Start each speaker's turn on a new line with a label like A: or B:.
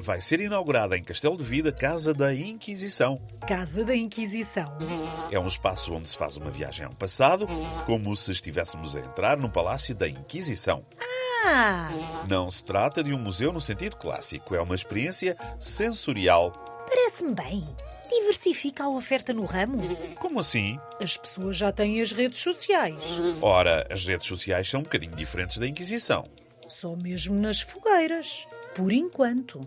A: Vai ser inaugurada em Castelo de Vida a Casa da Inquisição.
B: Casa da Inquisição.
A: É um espaço onde se faz uma viagem ao passado, como se estivéssemos a entrar no Palácio da Inquisição.
B: Ah,
A: Não se trata de um museu no sentido clássico, é uma experiência sensorial.
B: parece-me bem. Diversifica a oferta no ramo.
A: Como assim?
B: As pessoas já têm as redes sociais.
A: Ora, as redes sociais são um bocadinho diferentes da Inquisição.
B: Só mesmo nas fogueiras. Por enquanto.